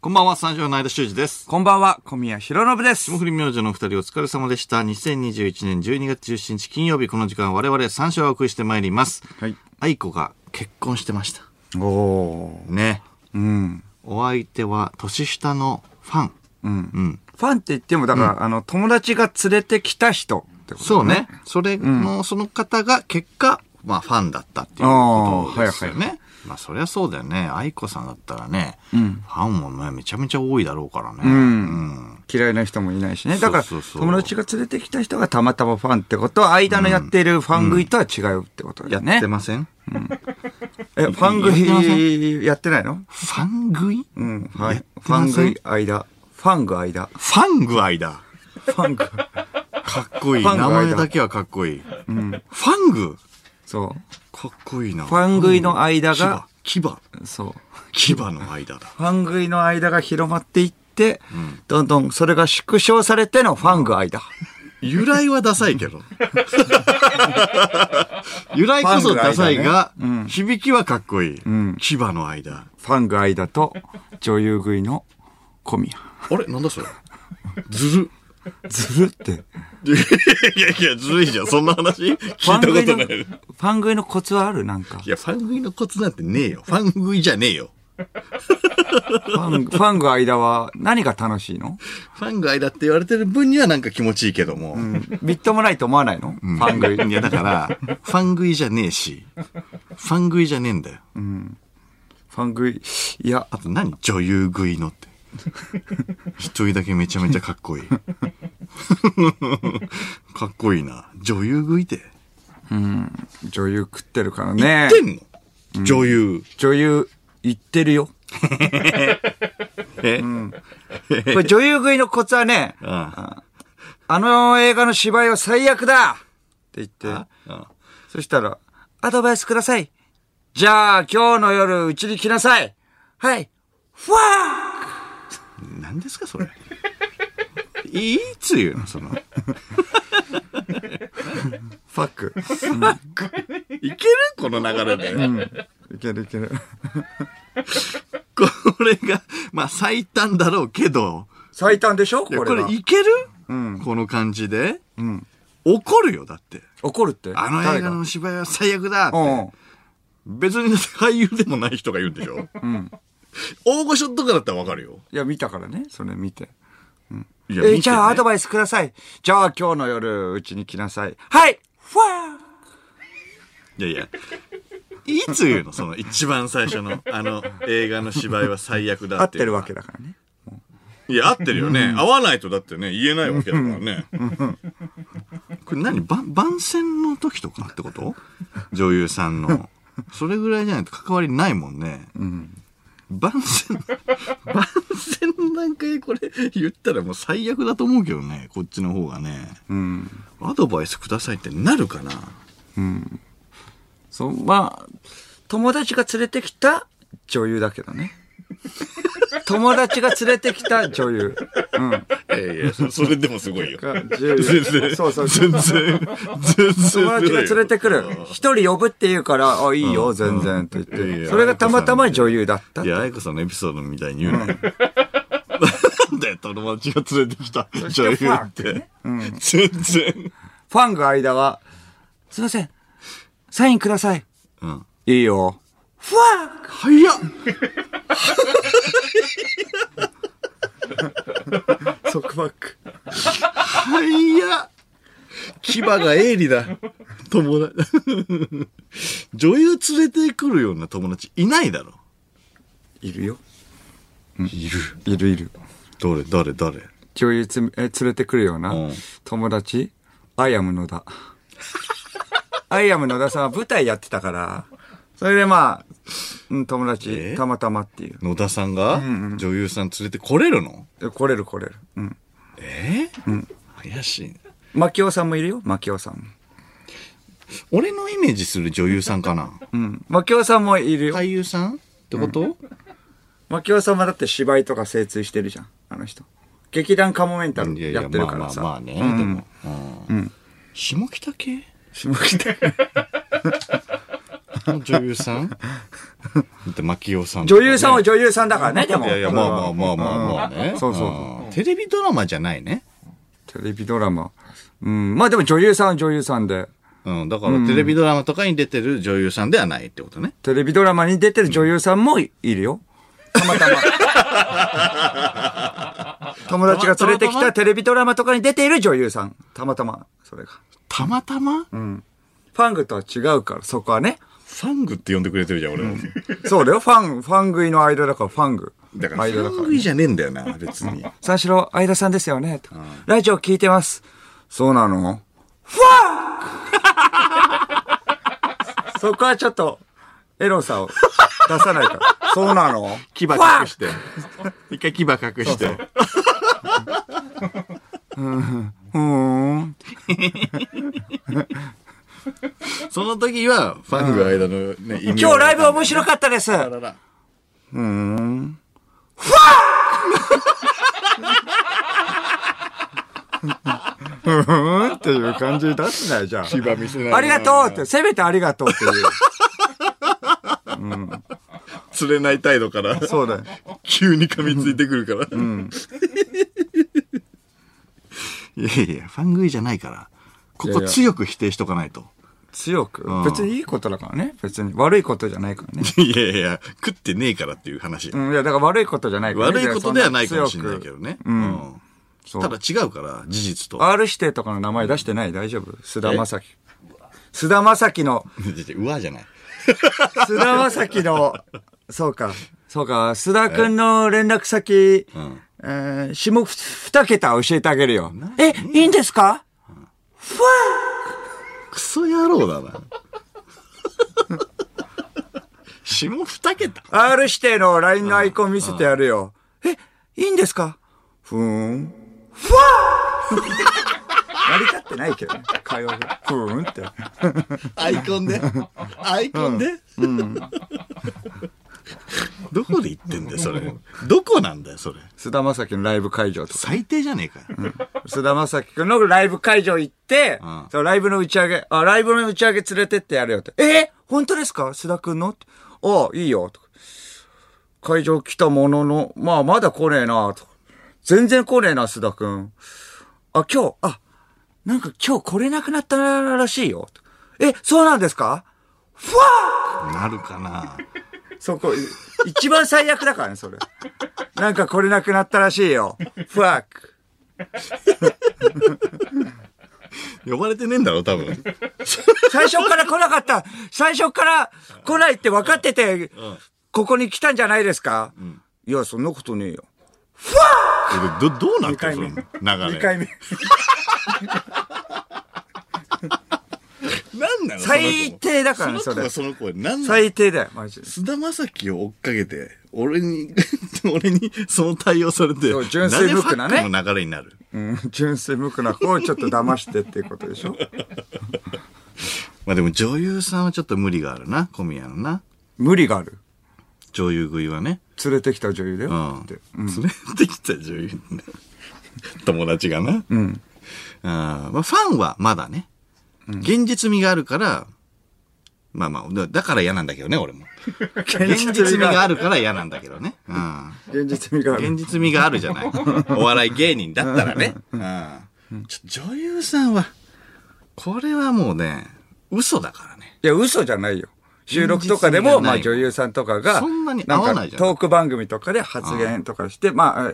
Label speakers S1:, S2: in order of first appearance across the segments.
S1: こんばんは、三四郎の間修二です。
S2: こんばんは、小宮弘信です
S1: 霜。降り明星のお二人お疲れ様でした。2021年12月17日金曜日、この時間我々三四郎をお送りしてまいります。
S2: はい。
S1: 愛子が結婚してました。
S2: おお。
S1: ね。
S2: うん。
S1: お相手は年下のファン。
S2: うん。
S1: うん。
S2: ファンって言っても、だから、あの、友達が連れてきた人ってこと
S1: そうね。それの、その方が結果、まあファンだったっていうことですよ
S2: あーはい
S1: ね。まあそりゃそうだよね。愛子さんだったらね、
S2: うん
S1: ファンもねめちゃめちゃ多いだろうからね。
S2: ん
S1: うん
S2: 嫌いな人もいないしね。だから、
S1: そうそうそう
S2: 友達が連れてきた人がたまたまファンってことは、間のやっているファン食いとは違うってことだよ
S1: や
S2: ね。
S1: ってません
S2: え、ファン
S1: やってま
S2: 食いやってないの
S1: ファン食い
S2: うん、はい。
S1: や
S2: フ
S1: ってま
S2: ァン
S1: せん
S2: 食い間。ファング間。
S1: ファン具合だ。
S2: ファング。
S1: かっこいい。
S2: ファング
S1: 名
S2: 間
S1: 前だけはかっこいい。ファング
S2: そう。
S1: かっこいいな。
S2: ファン食いの間が
S1: 牙。牙。
S2: そう。
S1: 牙の間だ。
S2: ファン食いの間が広まっていって、どんどんそれが縮小されてのファング間。
S1: 由来はダサいけ ど。由来こそダサいが、
S2: ファング間ねうん
S1: 響きはかっこいい。
S2: ん
S1: 牙の間。
S2: ファング間と 女優食いの小宮。
S1: あれなんだそれずる。
S2: ずるって。
S1: いやいや、ずるいじゃん。そんな話聞い
S2: ファ
S1: たこ
S2: ン
S1: と
S2: 食いの、
S1: な
S2: フ
S1: い。
S2: ァン食いのコツはあるなんか。
S1: いや、ファン食いのコツなんてねえよ。ファン食いじゃねえよ。
S2: ファン、ファング間は何が楽し いの
S1: ファング間って言われてる分にはなんか気持ちいいけども。
S2: みっともないと思わないの、ファン食い。
S1: いや、だ から、ファン食いじゃねえし、ファン食いじゃねえんだよ。
S2: ファン食い。いや、
S1: あと何女優食いのって。一人だけめちゃめちゃかっこいい。 かっこいいな。女優食いって。
S2: 女優食ってるからね。
S1: 言ってんの女優。
S2: 女優、言ってるよ。
S1: え
S2: これ女優食いのコツはね、
S1: あ
S2: あの映画の芝居は最悪だって言って
S1: あ、あ
S2: そしたら、アドバイスください。じゃあ、今日の夜、うちに来なさい。はい。ふわ
S1: 何ですかそれ。いつ言うのそ の。
S2: ーファック。
S1: いけるこの流れで。
S2: いけるいける。
S1: これが、まあ最短だろうけど。
S2: 最短でしょこ
S1: いやこ
S2: れ
S1: れ
S2: が。
S1: いける、
S2: ん
S1: この感じで、
S2: ん
S1: 怒るよだって
S2: 怒るって。
S1: あの映
S2: 誰
S1: 画
S2: が
S1: の芝居は最悪だって、
S2: うん。
S1: 別に俳優でもない人が言うんでしょ、大御所とかだったらわかるよ
S2: いや、見たからね。それ見て。
S1: いや
S2: え
S1: 見てね
S2: じゃあ、アドバイスください。じゃあ、今日の夜、うちに来なさい。はい。ふわ
S1: いやいやいつ言うのその一番最初のあの映画の芝居は最悪
S2: ー合
S1: だ
S2: っ
S1: ってい
S2: て
S1: う
S2: る
S1: のは
S2: わけだからね。
S1: いや合ってるよね、合わないとだってね言えないわけだからね、 これ何番番宣の時とかってこと女優さんのそれぐらいじゃないと関わりないもんね
S2: うん。
S1: 番宣、番宣の段階でこれ言ったらもう最悪だと思うけどね、こっちの方がね。
S2: うん。
S1: アドバイスくださいってなるかな
S2: そう、まあ、友達が連れてきた女優だけど ね。友達が連れてきた女優。うん。
S1: いやいや、そそれでもすごいよ。
S2: が女優
S1: 全然、
S2: そうそう。
S1: 全然、全然すごいよ。
S2: 友達が連れてくる。一人呼ぶって言うから、あ、いいよ、全然って
S1: いや
S2: 言っ
S1: い
S2: て。
S1: や
S2: それがたまたま女優だった
S1: い。や、愛子さんのエピソードみたいに言うなよ。なんだよ、友達が連れてきた女優って。全然。
S2: ファンが間は、すいません、サインください。
S1: うん。
S2: いいよ。ファー
S1: 早っ
S2: ク束縛。
S1: はいや。牙が鋭利だ。友達。女優連れてくるような友達いないだろ。
S2: いるよ。
S1: いる。
S2: いるいる。
S1: 誰、誰、誰。
S2: 女優つえ連れてくるような
S1: うん
S2: 友達、アイアム野田。アイアム野田さんは舞台やってたから、それでまあ、うん、友
S1: え
S2: 達、たまたまっていう。
S1: 野田さんが女優さん連れてこれるの
S2: え来れる来れる。うん。
S1: えうん。怪しいな。
S2: マキオさんもいるよ、マキオさんも。
S1: 俺のイメージする女優さんかな
S2: うん。マキオさんもいるよ。
S1: 俳優さんってこと
S2: マキオさんはだって芝居とか精通してるじゃん、あの人。劇団カモメンタル
S1: いやい
S2: や
S1: や、
S2: って
S1: ま
S2: る
S1: あ
S2: か
S1: ま
S2: ら
S1: あ
S2: さ。
S1: まあね。で
S2: うん
S1: も。うん。下北系
S2: 下北。
S1: の女優さん だって、牧雄さんとか
S2: 女
S1: ね、
S2: 優さんは女優さんだからね、でも。
S1: いやいや、まあまあまあまあまあね。
S2: そうそうそ
S1: うんテレビドラマじゃないね。
S2: テレビドラマ。うん。まあでも女優さんは女優さんで。
S1: うん。だから、テレビドラマとかに出てる女優さんではないってことね。
S2: テレビドラマに出てる女優さんもいるよ。たまた ま。友達が連れてきたテレビドラマとかに出ている女優さん。たまたま、それが。
S1: たまたま、
S2: ファングとは違うから、そこはね。
S1: ファングって呼んでくれてるじゃん、俺も。
S2: そうだよ、ファン、ファン食いの間だから、ファング。
S1: だから、
S2: ア
S1: フ
S2: イドルだ
S1: ァ
S2: か
S1: ン
S2: ら
S1: グじゃねえんだよな、別に。
S2: 三四郎、相田さんですよね。とラジオ聞いてます。そうなのファー そこはちょっと、エロさを出さないから。そうなの
S1: 牙隠して。一回牙隠して。
S2: うーん。
S1: その時は、ファング間のね、今
S2: 今日ライブ面白かったです。
S1: らら
S2: うんっていう感じ出せないじゃん。
S1: 牙見せないな。
S2: ありがとうって、せめてありがとうっていう。
S1: 釣れない態度 から、
S2: そうだよ。
S1: 急に噛みついてくるから。 いやいや、ファングイじゃないから。こ
S2: いや
S1: こ
S2: いや
S1: 強く否定しとかないと。
S2: 強く
S1: ん。
S2: 別にいいことだからね。別に悪いことじゃないからね。
S1: いやいや、食ってねえからっていう話。
S2: うん、いや、だから悪いことじゃないからね。
S1: 悪いことではないかもしれないけ
S2: ど。
S1: どね。うん
S2: そう
S1: ただ違うから、事実と。
S2: R 指定とかの名前出してない大丈夫菅田将暉。菅田将暉の、
S1: うわじゃない。
S2: 菅田将暉の、そうか、そうか、菅田くんの連絡先、
S1: ん
S2: えー下二桁教えてあげるよ。え、いいんですか
S1: クソ野郎だ な。下二桁
S2: ?R 指定の LINE のアイコン見せてやるよ。え、いいんですかふーん。ふわー 成り立ってないけどね。会話が。ふーんって。
S1: アイコンでアイコンで、どこで言ってんだよ、それ。どこなんだよ、それ。
S2: 菅田将暉のライブ会場とか。
S1: 最低じゃねえかよ。
S2: 菅田将暉くんのライブ会場行って、
S1: うん
S2: そのライブの打ち上げ、あ、ライブの打ち上げ連れてってやるよって。えー本当ですか須田くんのってああ、いいよ。とか会場来たものの、まあ、まだ来ねえな。とか全然来ねえな、須田くん。あ、今日、あ、なんか今日来れなくなったらしいよ。とかえ、そうなんですかふわ
S1: なるかな。
S2: ーそこ、い一番最悪だからね、それ。なんか来れなくなったらしいよ。ふわーく。
S1: 呼ばれてねえんだろ、多分。
S2: 最初から来なかった最初から来ないって分かってて、ここに来たんじゃないですか、いや、そんなことねえよ。
S1: ど、どうなってるの
S2: 二
S1: 流れ。
S2: 2回目。
S1: なんなの
S2: 最低だからね
S1: その子は
S2: そ
S1: その子はなんなの
S2: 最低だよ、マジで。
S1: 菅田将暉を追っかけて、俺に、 俺にその対応されて
S2: そう、純粋無垢なね
S1: んでファックの流れになる。
S2: うん、純粋無垢な子をちょっと騙してっていうことでしょ
S1: まあでも女優さんはちょっと無理があるな、小宮のな。
S2: 無理がある。
S1: 女優食いはね。
S2: 連れてきた女優だよ。
S1: うん。
S2: って
S1: 連れてきた女優 ね友達がな。うん。あーまあファンはまだね。現実味があるから、まあまあ、だだから嫌なんだけどね、俺も。現実味があるから嫌なんだけどね。うん。
S2: 現実味がある。
S1: 現実味があるじゃない。 お笑い芸人だったらね。うん。ちょ女優さんは、これはもうね、嘘だからね。
S2: いや、嘘じゃないよ。収録とかで
S1: 現実味
S2: も、
S1: がない
S2: まあ女優さんとかが、
S1: そんなに合わないじゃん
S2: かトーク番組とかで発言とかして、まあ、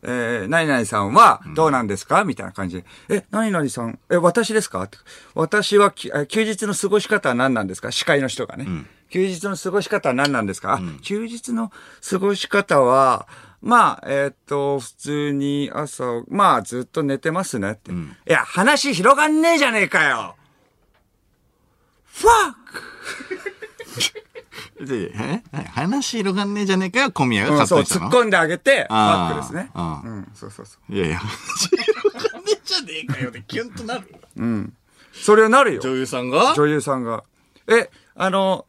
S2: えー、何々さんはどうなんですか、みたいな感じで。え、何々さん、え、私ですかって私はき、え休日の過ごし方は何なんですか司会の人がね、休日の過ごし方は何なんですか、あ休日の過ごし方は、まあ、えーっと、普通に朝、まあ、ずっと寝てますねって。いや、話広がんねえじゃねえかよファック
S1: でえ話広がんねえじゃねえかよ、小宮が
S2: う
S1: 買
S2: ん、
S1: っ
S2: そう、
S1: といた
S2: 突
S1: の。
S2: っ込んであげて、バ
S1: あー
S2: ックですね。
S1: あ
S2: うん、そうそうそう。
S1: いやいや、話広がんねえじゃねえかよでキュンとなる。
S2: それはなるよ。
S1: 女優さんが
S2: 女優さんが。え、あの、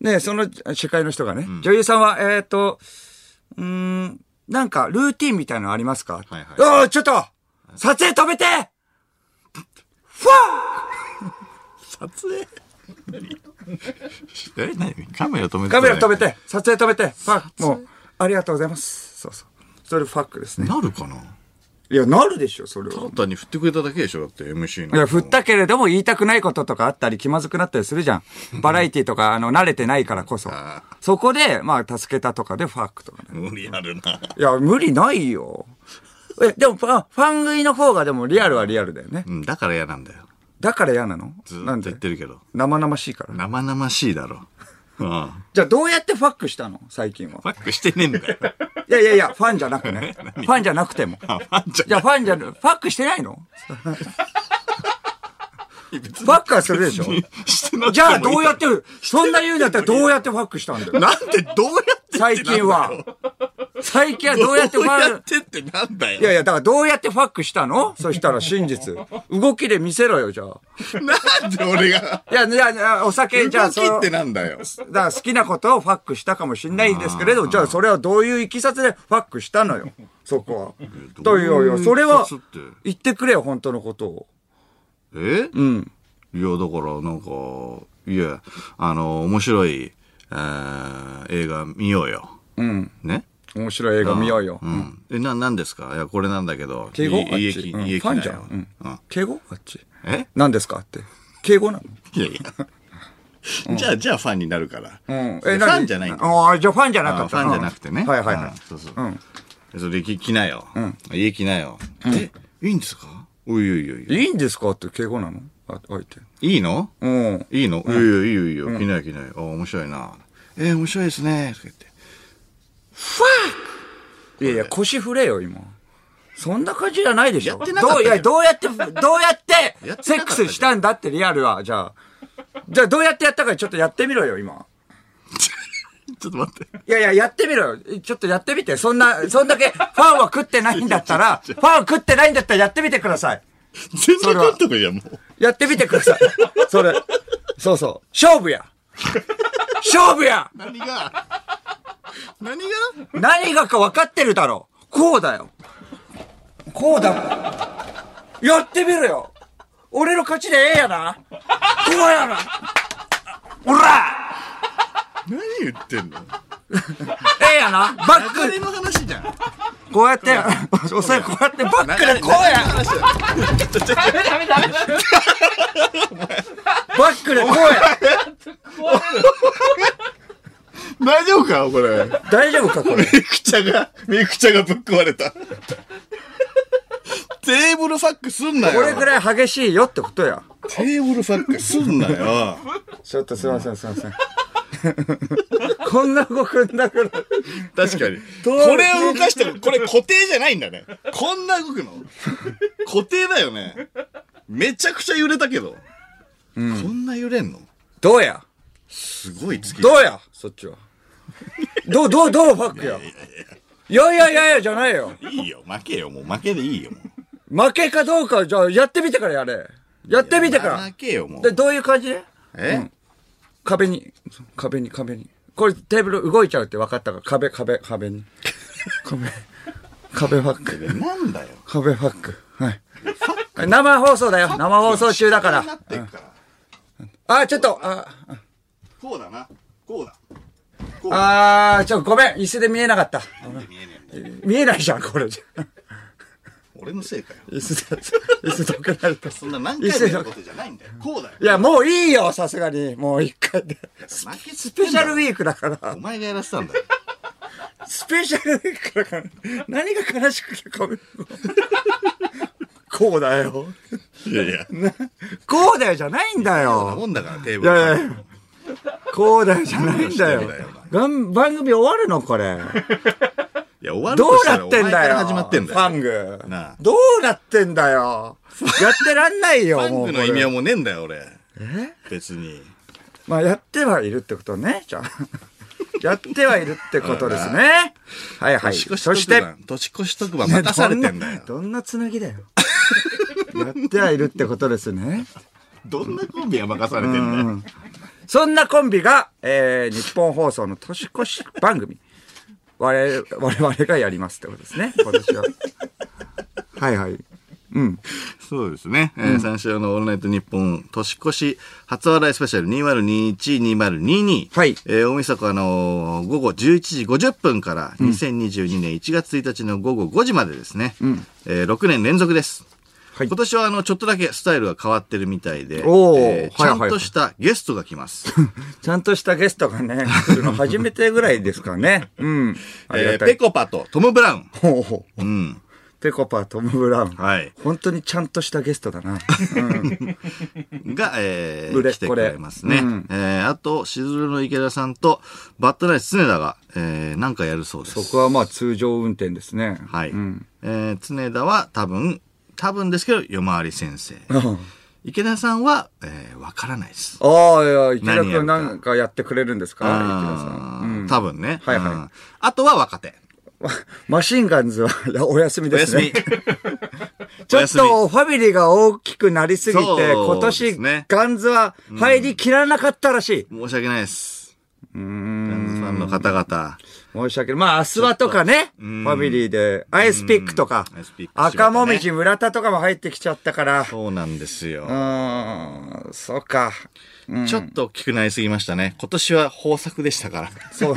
S2: ねその司会の人がね、女優さんは、えっ、と、うーん、なんかルーティンみたいなのありますか、
S1: はい
S2: おいちょっと撮影止めてファ
S1: 撮影え、何カメラ止めて。
S2: カメラ止め。て、撮影止めて、ファック、もう、ありがとうございます。そうそう。それファックですね。
S1: なるかない
S2: や、なるでしょ、それ
S1: た
S2: は
S1: だ。単に振ってくれただけでしょだって MC の。
S2: いや、振ったけれども言いたくないこととかあったり気まずくなったりするじゃん。バラエティとか、あの、慣れてないからこそ。そこで、まあ、助けたとかでファックとかね。
S1: 無理あるな。
S2: いや、無理ないよ。え、でもファン、ファン食いの方がでもリアルはリアルだよね。
S1: うん、だから嫌なんだよ。
S2: だから嫌なの
S1: ずっ
S2: な
S1: と
S2: ん
S1: 言
S2: で
S1: ってるけど。
S2: 生々しいから。
S1: 生々しいだろ。うん。
S2: じゃあどうやってファックしたの最近は
S1: フ。ァックしてねえんだよ。
S2: いやいやいや、ファンじゃなく ね。ファンじゃなくても。
S1: あ、ファンじゃ
S2: じゃあファンじゃ、ファックしてないの
S1: ない。別
S2: ファックはするでしょ
S1: にしてなくてもいい
S2: じゃあどうやって、そんなに言うんだったらどうやってファックしたんだよ。
S1: なんでどうやってってなんだよ
S2: 最近は。最近はどうやってフ
S1: どうや
S2: ァ
S1: っ
S2: ク、
S1: てってなんだよ。
S2: いやいや、だからどうやってファックしたのそしたら真実。動きで見せろよ、じゃあ。
S1: なんで俺が。
S2: いや、いやいや、お酒、じゃあ、
S1: 動
S2: そ
S1: き
S2: の
S1: ってなんだよ。
S2: だから好きなことをファックしたかもしれないんですけれど、じゃあそれはどういういきさつでファックしたのよ、そこは。
S1: ど
S2: と
S1: う
S2: い
S1: いう
S2: うよ、それ
S1: い
S2: は
S1: きさつって
S2: 言ってくれよ、本当のことを。
S1: えうん。いや、だから、なんか、いや、あの、面白い、えー映画見ようよ。
S2: うん。
S1: ね
S2: 面白い映画見ようよ。
S1: うん。え、な、なんですかいや、これなんだけど。
S2: 敬語あっ
S1: い家
S2: ち。
S1: 来、
S2: うん
S1: 家
S2: ファン
S1: 来
S2: じ
S1: だ
S2: ゃ
S1: よ。
S2: ん。う
S1: うんん。
S2: 敬語あっち。
S1: え
S2: 何ですかって。敬語なの
S1: いやいや。 じゃあ、じゃあファンになるから。
S2: う
S1: ファンじゃないんだよ。
S2: ああ、じゃあファンじゃなか
S1: あ
S2: っ
S1: フ
S2: た
S1: ァンじゃなくてね。
S2: うんはいはいは
S1: うん
S2: い。。
S1: そうそううんそれでき来なよ。家来なよ。え、いいんですかおいおいおいおい。
S2: いいんですかって敬語なのあ相手。
S1: いいの
S2: うん。
S1: いいの、いいよいいよいいよ。着ない着ない。あ、面白いな。えー、面白いですね。とか言って。
S2: いやいや、腰振れよ、今。そんな感じじゃないでしょ。
S1: やってなかった
S2: どうい
S1: じゃん
S2: や、どうやって、どうや
S1: やってなか
S2: って、
S1: ったじゃ
S2: セ
S1: ん
S2: ックスしたんだってリアルは、じゃあ。じゃあ、どうやってやったかちょっとやってみろよ、今。
S1: ちょっと待って。
S2: いやいや、やってみろよ。ちょっとやってみて。そんな、そんだけ、ファンは食ってないんだっ たら、ファンは食ってないんだったらやってみてください。
S1: 全
S2: そ
S1: 然
S2: れは
S1: 監督じゃん、もう。
S2: やってみてください。それ。そうそう。勝負や。勝負や
S1: 何が何が
S2: 何がか分かってるだろう。こうだよ。こうだ。やってみろよ。俺の勝ちでええやな。こうやな。おら
S1: 何言ってんの
S2: ええやな。バッ
S1: 流れ
S2: ク、
S1: の話じゃん。
S2: こうやって、おそらくこうやってバックでこうや。バックでこうや。
S1: 大丈夫かこれ。
S2: 大丈夫かこれ。
S1: めくちゃが、めくちゃがぶっ壊れた。テーブルファックすんなよ。
S2: これぐらい激しいよってことや。
S1: テーブルファックすんなよ。
S2: ちょっとすいませんすいません。こんな動くんだから。
S1: 確かに。 こ
S2: う
S1: れを動かしても、これ固定じゃないんだね。こんな動くの固定だよね。めちゃくちゃ揺れたけど。こんな揺れんの
S2: どうや
S1: すごい月。
S2: どうやそっち は。どう、どう、どう、ファックや。いやいやいやいや、じゃないよ。
S1: いいよ、負けよ、もう負けでいいよ。もう
S2: 負けかどうかは、じゃあ、やってみてからやれ。やってみてから
S1: 負。けよ、もう
S2: で、。どういう感じで
S1: え、
S2: 壁に、壁に、壁に。これテーブル動いちゃうって分かったから、壁、壁、壁に。壁、壁ファック。
S1: なんだよ。
S2: 壁ファック。はい。生放送だよ。生放送中だから
S1: な。ってくから。
S2: あ、ちょっと、あ、
S1: こうだな。こうだ。こうだ。
S2: あー、ちょ、ごめん。椅子で見えなかった。
S1: 見えねえんだよ
S2: 見えないじゃん、これ。
S1: 俺のせいかよ。
S2: 椅子で、椅子どけられた。
S1: そんな何回もやることじゃないんだよ。こうだよ。
S2: いや、もういいよ、さすがに。もう一回で。ス
S1: 負けス
S2: ペシャルウィークだから
S1: お。前がやらせたんだよ。
S2: スペシャルウィークだから。何が悲しくてこう。こうだよ。
S1: いやいや。な
S2: こうだよじゃないんだよ。
S1: もんだから、テー
S2: い
S1: ブル。
S2: やいや。こうだよじゃないんだよ
S1: こうだよ。
S2: がん番組終わるのこれ。
S1: いや、終わる
S2: ど
S1: と
S2: う
S1: した
S2: な
S1: ら
S2: っ
S1: お
S2: て
S1: 前
S2: ん
S1: か
S2: だよ。
S1: ら始まってんだ
S2: ファ
S1: よ。
S2: ング
S1: なあ。
S2: どうなってんだよ。やってらんないよ、
S1: ファ
S2: も
S1: ン
S2: う
S1: ク
S2: こ
S1: の意味
S2: れ。
S1: はもうねえんだよ、俺。別に。
S2: まあ、やってはいるってことね、じゃあ。 やってはいるってことですね。はいはい。
S1: 年越し
S2: そ
S1: 特
S2: して、
S1: 番、年越し特番待たされてんだよ。
S2: どんなつなぎだよ。 やってはいるってことですね。
S1: どんなコンビが任されてんだよ。
S2: そんなコンビが、えー、日本放送の年越し番組。我々、我々がやりますってことですね。今年は。はいはい。
S1: そうですね。えー三四郎のオールナイト日本年越し初笑いスペシャル2021-2022。
S2: はい
S1: えー大晦日の午後11時50分から2022年1月1日の午後5時までですね。えー6年連続です。
S2: はい
S1: 今年はあの、ちょっとだけスタイルが変わってるみたいで、
S2: おー
S1: えーち
S2: はい
S1: ゃ
S2: はい
S1: んとしたゲストが来ます。
S2: ちゃんとしたゲストがね、来るの初めてぐらいですかね。うん。 あり
S1: え
S2: が
S1: ー
S2: たい。
S1: ペコパとトム・ブラウン。
S2: ほうほう
S1: うん。
S2: ペコパ、トム・ブラウン。
S1: はい。
S2: 本当にちゃんとしたゲストだな。
S1: が、え
S2: 売
S1: ー、
S2: れ
S1: 来てくれますね。
S2: これうん
S1: えーあと、しずるの池田さんと、バッドナイス常田が、えー、なんかやるそうです。
S2: そこはまあ通常運転ですね。
S1: はい。
S2: うん。
S1: えー、常田は多分、多分ですけど、夜回り先生。
S2: あ
S1: 池田さんは、えー、わからないです。
S2: あ、いや、池田
S1: 何やる
S2: 君
S1: か
S2: なんかやってくれるんですか
S1: あー
S2: 池田
S1: 多
S2: さん。
S1: 分ね。
S2: はいはい
S1: うんあとは若手。
S2: うん。マシンガンズはいや お休み
S1: お
S2: です
S1: 休み
S2: ね。。ちょっとファミリーが大きくなりすぎて、
S1: そうですね
S2: 今年ガンズは入りきらなかったらしい。
S1: 申し訳ないです。
S2: うー
S1: ファ
S2: ん。
S1: ンの方々。
S2: 申し訳ない。まあ、アスワとかね。フ
S1: うん
S2: ァミリーで。アイスピックとか
S1: うんアイスピッ。ク
S2: 赤もみじ村田とかも入ってきちゃったから。う
S1: そうなんですよ。
S2: ーん。そうか。
S1: ちょっと大きくなりすぎましたね。今年は豊作でしたから。
S2: そう。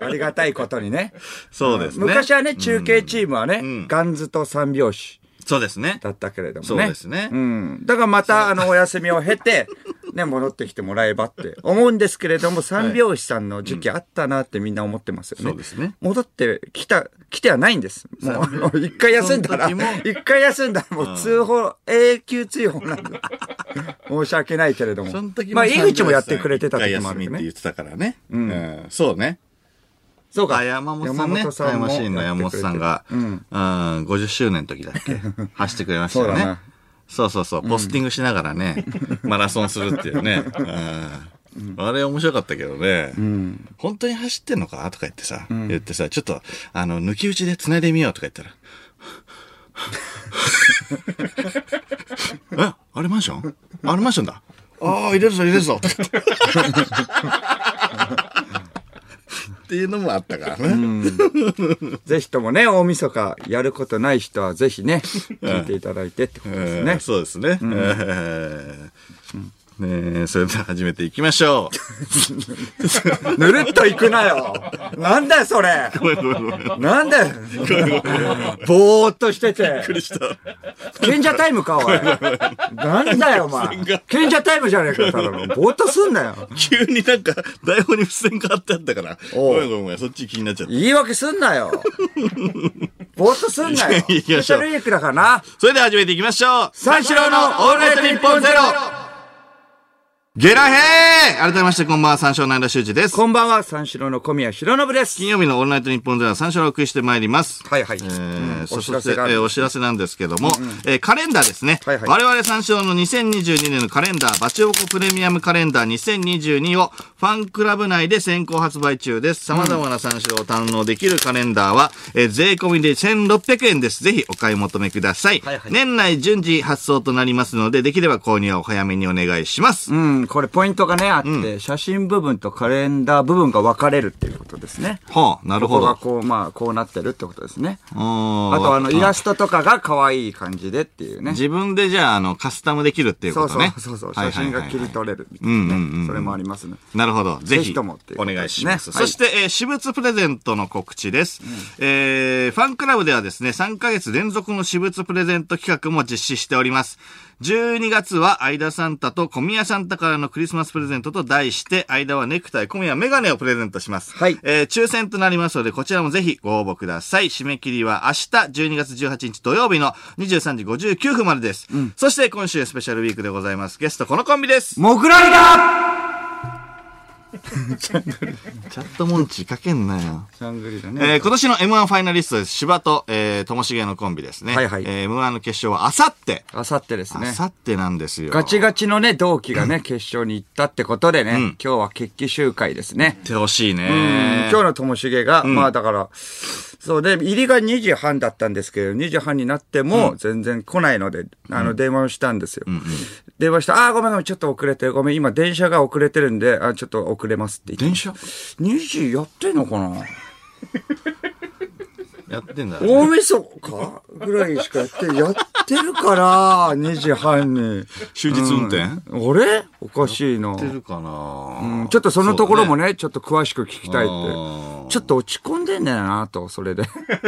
S2: ありがたいことにね。
S1: そうですね。
S2: 昔はね、中継チームはね、
S1: ん
S2: ガンズと三拍子
S1: そうですね。
S2: だったけれどもね。
S1: そうですね
S2: うん。だからまた、あの、お休みを経て、ね、戻ってきてもらえばって思うんですけれども、三拍子さんの時期あったなってみんな思ってますよね。
S1: そうですね。
S2: 戻ってきた、来てはないんです。もうあ の、一回休んだら、
S1: その時も
S2: 一回休んだらもう通報、永久追放なんで。申し訳ないけれども。
S1: その時
S2: まあ、井口もやってくれてた時もあ
S1: 一回休み
S2: る
S1: って言
S2: ね
S1: っ。てたからね。うん。そうね。
S2: そう
S1: あ、山本さんね。
S2: 山本さんも
S1: タイムマシーンの山本さんが、
S2: う
S1: うんん、50周年の時だっけ走ってくれましたよ
S2: そうだ
S1: ね
S2: な。
S1: そうそうそう、ポスティングしながらね、マラソンするっていうね。うんあれ面白かったけどね。本当に走ってんのかとか言ってさ、言ってさ、ちょっと、あの、抜き打ちで繋いでみようとか言ったら、え、あれマンションあれマンションだ。ああ、入れるぞ、入れるぞ。っていうのもあったからね。
S2: ぜひともね、大晦日やることない人はぜひね、 聞いていただいてってことで
S1: え
S2: す
S1: ー
S2: ね。
S1: そうですね。えーねえそれでは始めていきましょ
S2: ぬるっと行くなよなんだよそれなんだよぼーっとしてて。 賢者タイムか、おい。なんだよ、お前。賢者タイムじゃねえか、ただの。ぼーっとすんなよ。
S1: う。急になんか台本に付箋があってあったから、
S2: おう
S1: ごめんごめんごめん、そっち気になっちゃった。
S2: 言い訳すんなよ。ぼーっとすん なよ。ス
S1: いやいや
S2: ペシャルウィークだからな。
S1: それでは始めていきましょう
S2: 三四郎のオールナイトニッポンゼロ
S1: ゲラヘー改めましてこんばんは、三四郎の間修二です。
S2: こんばんは、三四郎の小宮弘信です。
S1: 金曜日のオールナイトニッポンゼロは三四郎をお送りしてまいります。
S2: はいはい
S1: えー
S2: うん
S1: そ
S2: お
S1: し
S2: 知
S1: て
S2: らせがあ
S1: え
S2: る
S1: ーお知らせなんですけども、えーカレンダーですね。
S2: はいはい
S1: 我々三四郎の2022年のカレンダー、バチオコプレミアムカレンダー2022をファンクラブ内で先行発売中です。様々な三四郎を堪能できるカレンダーは、えー税込みで1600円です。ぜひお買い求めください。
S2: はいはい
S1: 年内順次発送となりますので、できれば購入はお早めにお願いします。
S2: うん、これポイントがね、あって、写真部分とカレンダー部分が分かれるっていうことですね。
S1: はあ、なる
S2: こ
S1: ほ
S2: こ
S1: ど。
S2: がこう、まあ、こうなってるってことですね。
S1: あ
S2: あと、あの、イラ
S1: ス
S2: ストとかが可愛い感じでっていうね。
S1: 自分でじゃあ、あの、カスタムできるっていう
S2: そ
S1: こ
S2: う
S1: と
S2: そう
S1: ね。
S2: そうそう、
S1: はい
S2: 写
S1: はいはい
S2: 真
S1: はい
S2: が切り取れるみたい
S1: うんうん
S2: な
S1: うんう
S2: ね。
S1: ん
S2: それもありますね。
S1: なるほど。ぜ
S2: ぜ
S1: ひ、
S2: ひともっていう
S1: お
S2: ことですね
S1: 願いします。
S2: はい
S1: そして、えー私物プレゼントの告知です、えーファンクラブではですね、3ヶ月連続の私物プレゼント企画も実施しております。12月は、相田サンタと小宮サンタからのクリスマスプレゼントと題して、相田はネクタイ、小宮はメガネをプレゼントします。
S2: はい
S1: えー抽選となりますので、こちらもぜひご応募ください。締め切りは明日12月18日土曜日の23時59分までです。そして、今週スペシャルウィークでございます。ゲスト、このコンビです。
S2: モグライダー
S1: チャットモンチかけんなよ。
S2: シャングリラ
S1: えー
S2: ね。
S1: 今年の M1 ファイナリストです。芝と、えーともしげのコンビですね。
S2: はいはい
S1: えー M1 の決勝はあさって。
S2: あさってです
S1: あ
S2: ね。
S1: さってなんですよ。
S2: ガチ
S1: が。
S2: ガチのね、同期がね、決勝に行ったってことでね、今日は決起集会ですね。
S1: ってほしいね。
S2: うん今日のともしげが、まあだから、そうで、入りが2時半だったんですけど、2時半になっても全然来ないので、あの、電話をしたんですよ。電話したああ、ごめんごめん、ちょっと遅れて、ごめん、今電車が遅れてるんで、あちょっと遅れますって言って。
S1: 電車
S2: 2時やってんのかな
S1: やってんだ。
S2: 大晦日ぐらいしかやって、やっってるから、2時半に。
S1: 終日運転
S2: うんあれおかしいな。
S1: ってるかな、
S2: うんちょっとそのところも
S1: ね
S2: ね、ちょっと詳しく聞きたい
S1: あ
S2: って
S1: ー。
S2: ちょっと落ち込んでんだよなと、それで。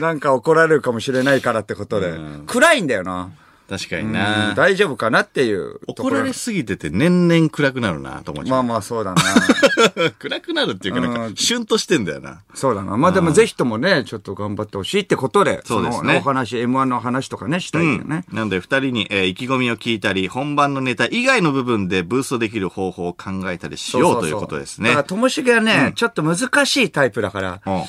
S2: なんか怒られるかもしれないからってことで。暗いんだよな。
S1: 確かに
S2: うん
S1: な
S2: 大丈夫かなっていうとこ
S1: 怒
S2: ろ。
S1: られすぎてて年々暗くなるなと思っちゃ
S2: ま
S1: う、
S2: あまあ、そうだな。
S1: 暗くなるっていうかな
S2: うんん
S1: かシュンとしてんだよな
S2: そうだな。まあでもぜひともね、ちょっと頑張ってほしいってことで、
S1: そうですね
S2: のお話、M1 の話とかね、したいんだよね。
S1: なので、二人に、えー意気込みを聞いたり、本番のネタ以外の部分でブーストできる方法を考えたりしようということですね
S2: だから、。ともしげはね、ちょっと難しいタイプだから、
S1: うん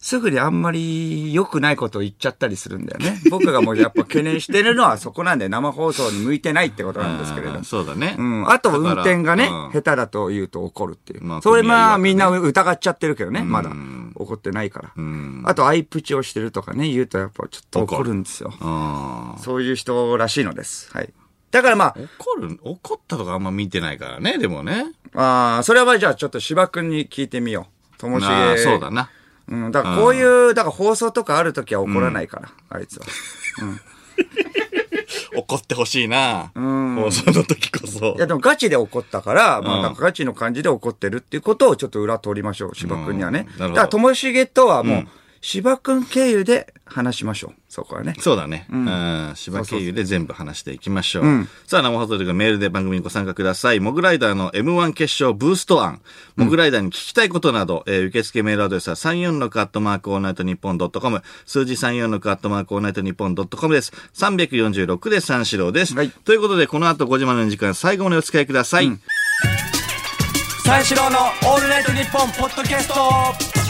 S2: すぐにあんまり良くないことを言っちゃったりするんだよ ね。僕がもうやっぱ懸念してるのはそこなんで、生放送に向いてないってことなんですけれど
S1: あー。そうだね。
S2: うん。あと、運転がね、
S1: だからうん
S2: 下手だと言うと怒るっていう。
S1: まあ
S2: それ
S1: 組合
S2: ま
S1: は
S2: あ、
S1: ね
S2: みんな疑っちゃってるけどね、まだ。怒ってないから。あと、相プチをしてるとかね、言うとやっぱちょっと怒るんですよ。
S1: あー
S2: そういう人らしいのです。はい。だからま
S1: 怒る、怒ったとかあんま見てないからね、でもね。
S2: あ、あーそれはじゃあちょっと芝君に聞いてみよう。ともし
S1: あ
S2: げ。
S1: ーそうだ。な。
S2: うん。だからこういう、だから放送とかあるときは怒らないから、あいつは。
S1: 怒ってほしいな。放送の時こそ
S2: いや、。でもガチで怒ったから、ま
S1: う
S2: あ
S1: ん
S2: なんかガチの感じで怒ってるっていうことをちょっと裏取りましょう、芝君にはね。
S1: うんなる
S2: だ
S1: ほど
S2: からともしげとはもう、芝君経由で話しましょう。そこはね。
S1: そうだね。うん。芝経由で全部話していきましょう。さあ、生放送というかメールで番組にご参加ください。モグライダーの M1 決勝ブースト案。モグライダーに聞きたいことなど、えー受付メールアドレスは346アットマークオールナイトニッポンドットコム。数字346アットマークオールナイトニッポンドットコムです。346で三四郎です。
S2: はい
S1: ということで、この後5時までの時間、最後までお付き合いください。
S2: 三四郎のオールナイトニッポンポッドキャスト